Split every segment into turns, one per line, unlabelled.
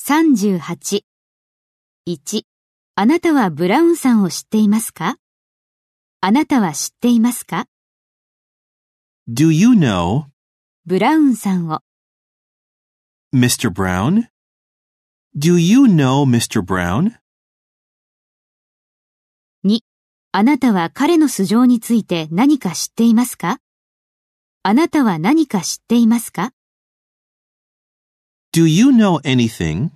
38。1. あなたはブラウンさんを知っていますかあなたは知っていますか
Do you know
ブラウンさんを。
Mr. Brown? Do you know Mr. Brown?
あなたは彼の素性について何か知っていますかあなたは何か知っていますか
Do you know anything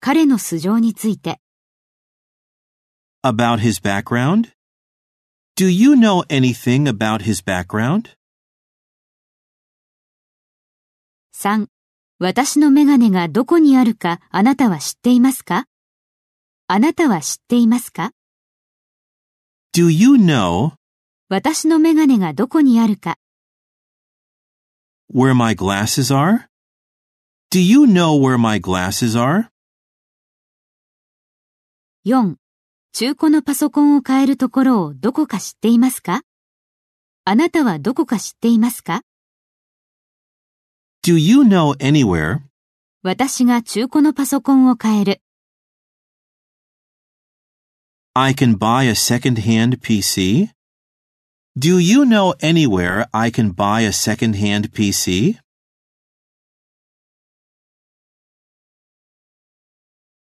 彼の素性について。
about his background? Do you know anything about his background?
3. 私のメガネがどこにあるかあなたは知っていますかあなたは知っていますか
Do you know
私のメガネがどこにあるか
where my glasses are? Do you know where my glasses are?
4. 中古のパソコンを買えるところをどこか知っていますかあなたはどこか知っていますか
Do you know anywhere
私が中古のパソコンを買える。
I can buy a second-hand PC? Do you know anywhere I can buy a second-hand PC?